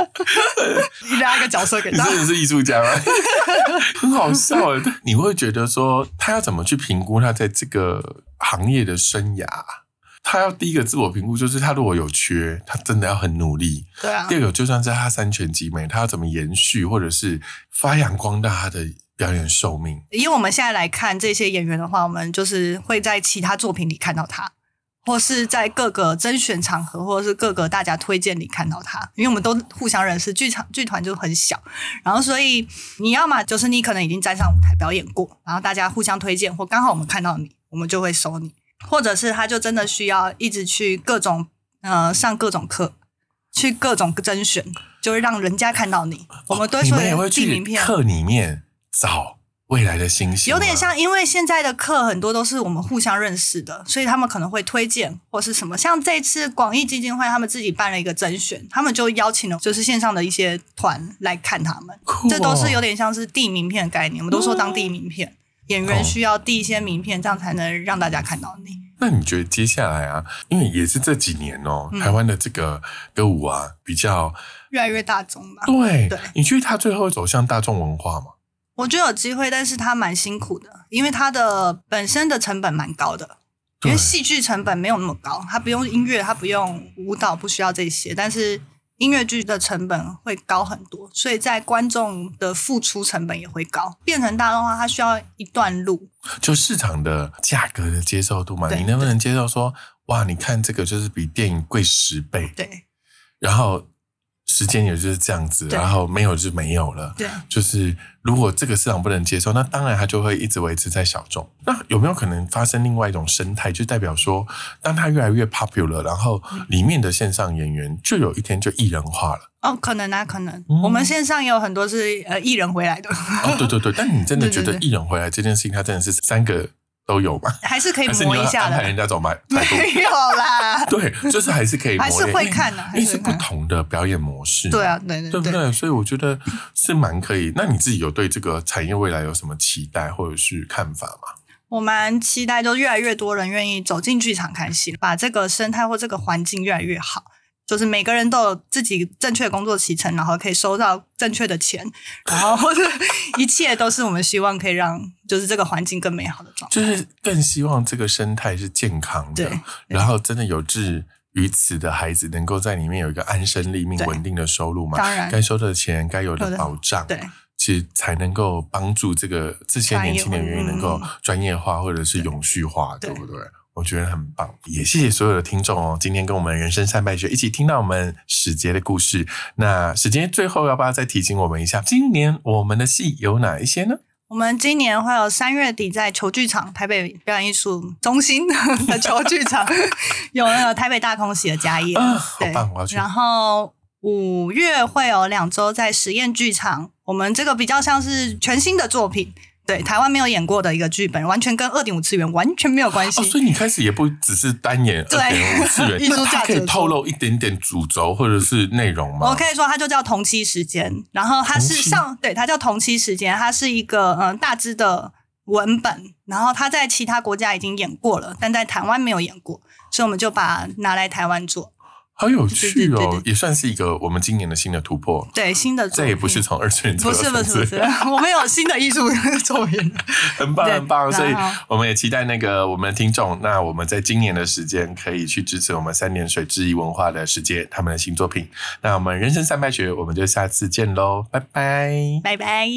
[SPEAKER 2] 拉一个角色给
[SPEAKER 1] 你
[SPEAKER 2] 他。
[SPEAKER 1] 真的是艺术家吗？很好笑哎！你会觉得说，他要怎么去评估他在这个行业的生涯？他要第一个自我评估，就是他如果有缺，他真的要很努力。
[SPEAKER 2] 对啊
[SPEAKER 1] 第，二个，就算在他三全其美，他要怎么延续，或者是发扬光大他的表演寿命？
[SPEAKER 2] 因为我们现在来看这些演员的话，我们就是会在其他作品里看到他，或是在各个甄选场合，或者是各个大家推荐里看到他。因为我们都互相认识，剧场剧团就很小，然后所以你要嘛就是你可能已经站上舞台表演过，然后大家互相推荐，或刚好我们看到你，我们就会收你，或者是他就真的需要一直去各种呃上各种课，去各种甄选，就是让人家看到你。我们都
[SPEAKER 1] 哦你
[SPEAKER 2] 说
[SPEAKER 1] 们也会
[SPEAKER 2] 递
[SPEAKER 1] 去
[SPEAKER 2] 名片。
[SPEAKER 1] 课里面找未来的星星吗，
[SPEAKER 2] 有点像，因为现在的课很多都是我们互相认识的，所以他们可能会推荐或是什么。像这次广义基金会他们自己办了一个甄选，他们就邀请了就是线上的一些团来看他们，
[SPEAKER 1] 酷哦，嗯
[SPEAKER 2] 这都是有点像是递名片的概念。我们都说当递名片，演
[SPEAKER 1] 哦
[SPEAKER 2] 员需要递一些名片，这样才能让大家看到你。
[SPEAKER 1] 那你觉得接下来啊，因为也是这几年哦、
[SPEAKER 2] 嗯
[SPEAKER 1] 台湾的这个歌舞啊比较
[SPEAKER 2] 越来越大众吧，
[SPEAKER 1] 对，
[SPEAKER 2] 对
[SPEAKER 1] 你觉得它最后会走向大众文化吗？
[SPEAKER 2] 我觉得有机会，但是他蛮辛苦的，因为他的本身的成本蛮高的，因
[SPEAKER 1] 对
[SPEAKER 2] 为戏剧成本没有那么高，他不用音乐，他不用舞蹈，不需要这些，但是音乐剧的成本会高很多，所以在观众的付出成本也会高。变成大众化，它需要一段路，
[SPEAKER 1] 就市场的价格的接受度嘛，
[SPEAKER 2] 对
[SPEAKER 1] 你能不能接受说，哇，你看这个就是比电影贵十倍，
[SPEAKER 2] 对
[SPEAKER 1] 然后时间也就是这样子，
[SPEAKER 2] 对
[SPEAKER 1] 然后没有就没有了。
[SPEAKER 2] 对。
[SPEAKER 1] 就是如果这个市场不能接受，那当然它就会一直维持在小众。那有没有可能发生另外一种生态，就代表说，当它越来越 popular，然后
[SPEAKER 2] 嗯
[SPEAKER 1] 里面的线上演员就有一天就艺人化了？
[SPEAKER 2] 哦，可能啊，可能、
[SPEAKER 1] 嗯
[SPEAKER 2] 我们线上也有很多是呃艺人回来的， [laughs]
[SPEAKER 1] 哦，对对对，但你真的
[SPEAKER 2] 对
[SPEAKER 1] 觉
[SPEAKER 2] 对
[SPEAKER 1] 得
[SPEAKER 2] 对
[SPEAKER 1] 艺人回来这件事情，它真的是三个都有吗？
[SPEAKER 2] 还是可以
[SPEAKER 1] 还是你
[SPEAKER 2] 磨
[SPEAKER 1] 要
[SPEAKER 2] 一下
[SPEAKER 1] 安排
[SPEAKER 2] 的
[SPEAKER 1] 人。家
[SPEAKER 2] [laughs]
[SPEAKER 1] 走买百
[SPEAKER 2] 没
[SPEAKER 1] 度？
[SPEAKER 2] 有
[SPEAKER 1] [laughs]
[SPEAKER 2] 啦，
[SPEAKER 1] 对，就是还是可以磨
[SPEAKER 2] 还
[SPEAKER 1] 练，
[SPEAKER 2] 是会看的、
[SPEAKER 1] 因为，
[SPEAKER 2] 还
[SPEAKER 1] 因为
[SPEAKER 2] 是
[SPEAKER 1] 是不
[SPEAKER 2] 会看。啊
[SPEAKER 1] 同的表演模式。
[SPEAKER 2] 对。啊，对
[SPEAKER 1] 对
[SPEAKER 2] 对
[SPEAKER 1] 不对？所以我觉得是蛮可以。那你自己有对这个产业未来有什么期待或者是看法吗？
[SPEAKER 2] 我蛮期待，就越来越多人愿意走进剧场看戏，把这个生态或这个环境越来越好。就是每个人都有自己正确的工作期程，然后可以收到正确的钱，然后 [laughs] 或者一切都是我们希望可以让就是这个环境更美好的状态。
[SPEAKER 1] 就是更希望这个生态是健康的
[SPEAKER 2] 对对，
[SPEAKER 1] 然后真的有志于此的孩子能够在里面有一个安身立命、
[SPEAKER 2] 对
[SPEAKER 1] 稳定的收入嘛？
[SPEAKER 2] 当然，
[SPEAKER 1] 该收的钱、该有
[SPEAKER 2] 有
[SPEAKER 1] 的
[SPEAKER 2] 的
[SPEAKER 1] 保障，
[SPEAKER 2] 对，
[SPEAKER 1] 其实才能够帮助这个这些年轻的演员能够专业化或者是永续化，对
[SPEAKER 2] 嗯对
[SPEAKER 1] 不对？我觉得很棒，也谢谢所有的听众哦。今天跟我们人生善败学一起听到我们史杰的故事。那史杰最后要不要再提醒我们一下，今年我们的戏有哪一些呢？
[SPEAKER 2] 我们今年会有三月底在球剧场台北表演艺术中心的球剧场 [laughs] 有那个台北大空袭的家宴，
[SPEAKER 1] 啊，好
[SPEAKER 2] 嗯对
[SPEAKER 1] 棒，我要去。
[SPEAKER 2] 然后五月会有两周在实验剧场，我们这个比较像是全新的作品，对台湾没有演过的一个剧本，完全跟二点五次元完全没有关系。
[SPEAKER 1] 哦，所以你开始也不只是单演
[SPEAKER 2] 对
[SPEAKER 1] 二点五次元，
[SPEAKER 2] [laughs] 艺术
[SPEAKER 1] 那它
[SPEAKER 2] 价值
[SPEAKER 1] 可以
[SPEAKER 2] 的
[SPEAKER 1] 透
[SPEAKER 2] 书
[SPEAKER 1] 露一点点主轴或者是内容吗？
[SPEAKER 2] 我可以说它就叫同期时间，然后它是
[SPEAKER 1] 同期
[SPEAKER 2] 上对它叫同期时间，它是一个嗯、呃大致的文本，然后它在其他国家已经演过了，但在台湾没有演过，所以我们就把拿来台湾做
[SPEAKER 1] 好有趣
[SPEAKER 2] 对对
[SPEAKER 1] 哦
[SPEAKER 2] 对，
[SPEAKER 1] 也算是一个我们今年的新的突破。
[SPEAKER 2] 对新的作
[SPEAKER 1] 再
[SPEAKER 2] 品，
[SPEAKER 1] 也不是从二次元走
[SPEAKER 2] 嗯不
[SPEAKER 1] 到
[SPEAKER 2] 是不
[SPEAKER 1] 三
[SPEAKER 2] 是
[SPEAKER 1] 次
[SPEAKER 2] 不
[SPEAKER 1] 元，
[SPEAKER 2] 是， [laughs] 我们有新的艺术作品。 [laughs]
[SPEAKER 1] 很棒
[SPEAKER 2] 对
[SPEAKER 1] 很棒。所以
[SPEAKER 2] 然后
[SPEAKER 1] 我们也期待那个我们的听众，那我们在今年的时间可以去支持我们三点水之一文化的时间他们 [laughs] 的新作品。那我们人生三百学，我们就下次见喽，拜拜。
[SPEAKER 2] 拜拜。